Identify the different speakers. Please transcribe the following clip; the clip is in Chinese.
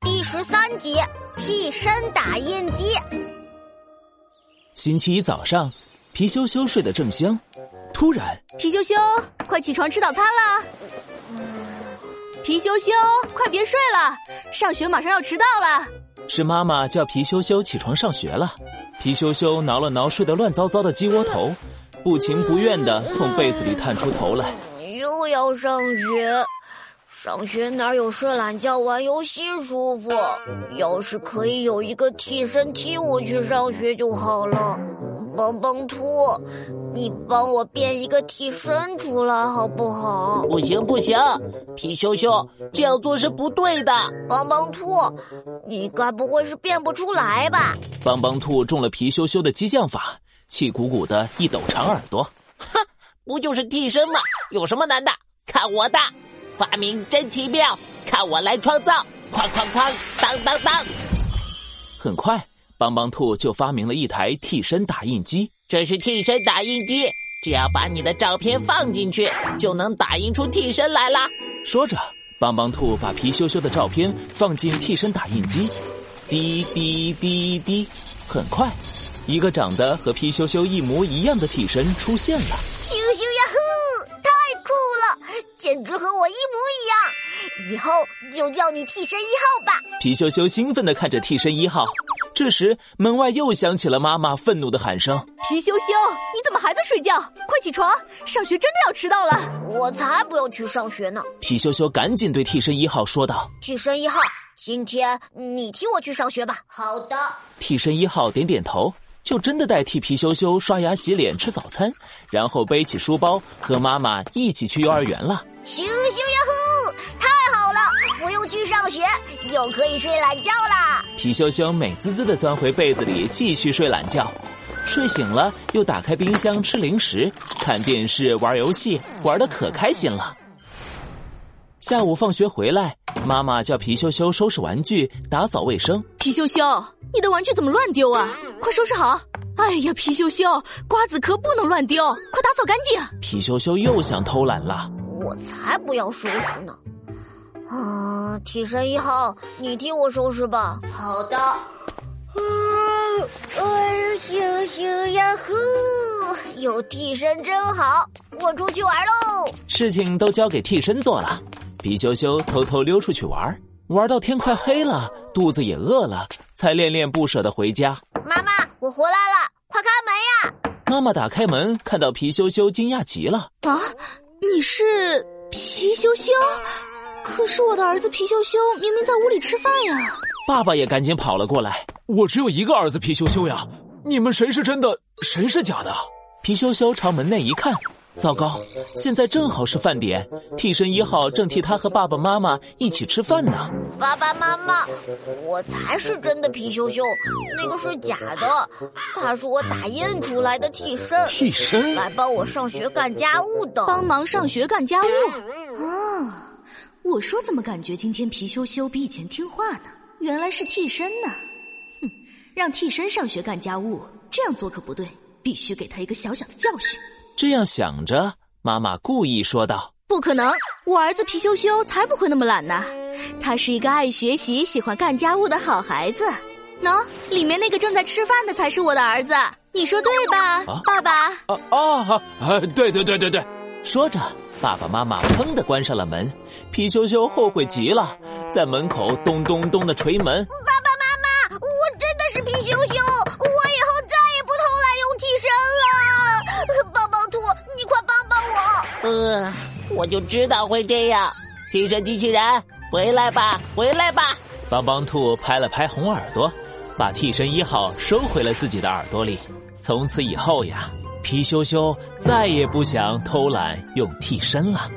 Speaker 1: 第十三集替身打印机。
Speaker 2: 星期一早上，皮羞羞睡得正香，突然，
Speaker 3: 皮羞羞，快起床吃早餐啦！皮羞羞，快别睡了，上学马上要迟到了。
Speaker 2: 是妈妈叫皮羞羞起床上学了。皮羞羞挠了挠睡得乱糟糟的鸡窝头，不情不愿的从被子里探出头来。
Speaker 1: 又要上学，上学哪有睡懒觉、玩游戏舒服？要是可以有一个替身替我去上学就好了。蹦蹦兔，你帮我变一个替身出来好不好？
Speaker 4: 不行不行，皮羞羞这样做是不对的。
Speaker 1: 蹦蹦兔，你该不会是变不出来吧？
Speaker 2: 帮帮兔中了皮羞羞的激将法，气鼓鼓的一抖长耳朵。
Speaker 4: 不就是替身吗？有什么难的？看我的，发明真奇妙，看我来创造！哐哐哐，当当当！
Speaker 2: 很快，帮帮兔就发明了一台替身打印机。
Speaker 4: 这是替身打印机，只要把你的照片放进去，就能打印出替身来啦。
Speaker 2: 说着，帮帮兔把皮羞羞的照片放进替身打印机，滴滴滴滴，很快，一个长得和皮羞羞一模一样的替身出现了。
Speaker 1: 羞羞呀呼，太酷了，简直和我一模一样！以后就叫你替身一号吧。
Speaker 2: 皮羞羞兴奋地看着替身一号。这时，门外又响起了妈妈愤怒的喊声。
Speaker 3: 皮羞羞，你怎么还在睡觉？快起床，上学真的要迟到了。
Speaker 1: 我才不要去上学呢！
Speaker 2: 皮羞羞赶紧对替身一号说道。
Speaker 1: 替身一号，今天你替我去上学吧。好的。
Speaker 2: 替身一号点点头，就真的代替皮羞羞刷牙、洗脸、吃早餐，然后背起书包和妈妈一起去幼儿园了。
Speaker 1: 羞羞呀呼，太好了，不用去上学，又可以睡懒觉啦。
Speaker 2: 皮羞羞美滋滋地钻回被子里继续睡懒觉，睡醒了又打开冰箱吃零食、看电视、玩游戏，玩得可开心了。下午放学回来，妈妈叫皮羞羞收拾玩具、打扫卫生。
Speaker 3: 皮羞羞，你的玩具怎么乱丢啊？快收拾好！哎呀，皮羞羞，瓜子壳不能乱丢，快打扫干净。
Speaker 2: 皮羞羞又想偷懒了。
Speaker 1: 我才不要收拾呢！啊，替身一号，你替我收拾吧。好的。嗯，哎，羞羞呀呼，有替身真好，我出去玩喽。
Speaker 2: 事情都交给替身做了，皮羞羞偷偷溜出去玩儿，玩到天快黑了，肚子也饿了，才恋恋不舍的回家。
Speaker 1: 妈妈，我回来了，快开门呀！
Speaker 2: 妈妈打开门，看到皮羞羞，惊讶极了。
Speaker 3: 啊，你是皮羞羞？可是我的儿子皮羞羞明明在屋里吃饭呀。
Speaker 2: 爸爸也赶紧跑了过来。
Speaker 5: 我只有一个儿子皮羞羞呀，你们谁是真的，谁是假的？
Speaker 2: 皮羞羞朝门内一看，糟糕，现在正好是饭点，替身一号正替他和爸爸妈妈一起吃饭呢。
Speaker 1: 爸爸妈妈，我才是真的皮羞羞，那个是假的，他是我打印出来的替身，
Speaker 5: 替身
Speaker 1: 来帮我上学干家务的。
Speaker 3: 帮忙上学干家务。啊，我说怎么感觉今天皮羞羞比以前听话呢？原来是替身呢。哼，让替身上学干家务，这样做可不对，必须给他一个小小的教训。
Speaker 2: 这样想着，妈妈故意说道
Speaker 3: 不可能，我儿子皮羞羞才不会那么懒呢。他是一个爱学习、喜欢干家务的好孩子。喏、里面那个正在吃饭的才是我的儿子，你说对吧，爸爸？
Speaker 5: 啊啊啊！对对对对对，：“
Speaker 2: 说着，爸爸妈妈砰的关上了门。”皮羞羞后悔极了，在门口咚咚咚的捶门。
Speaker 1: 我真的是皮羞羞，我以后再也不偷懒用替身了。 棒棒兔，你快帮帮我！
Speaker 4: 呃，我就知道会这样。替身机器人，回来吧，回来吧！
Speaker 2: 帮帮兔拍了拍红耳朵，把替身一号收回了自己的耳朵里。从此以后呀，皮羞羞再也不想偷懒用替身了。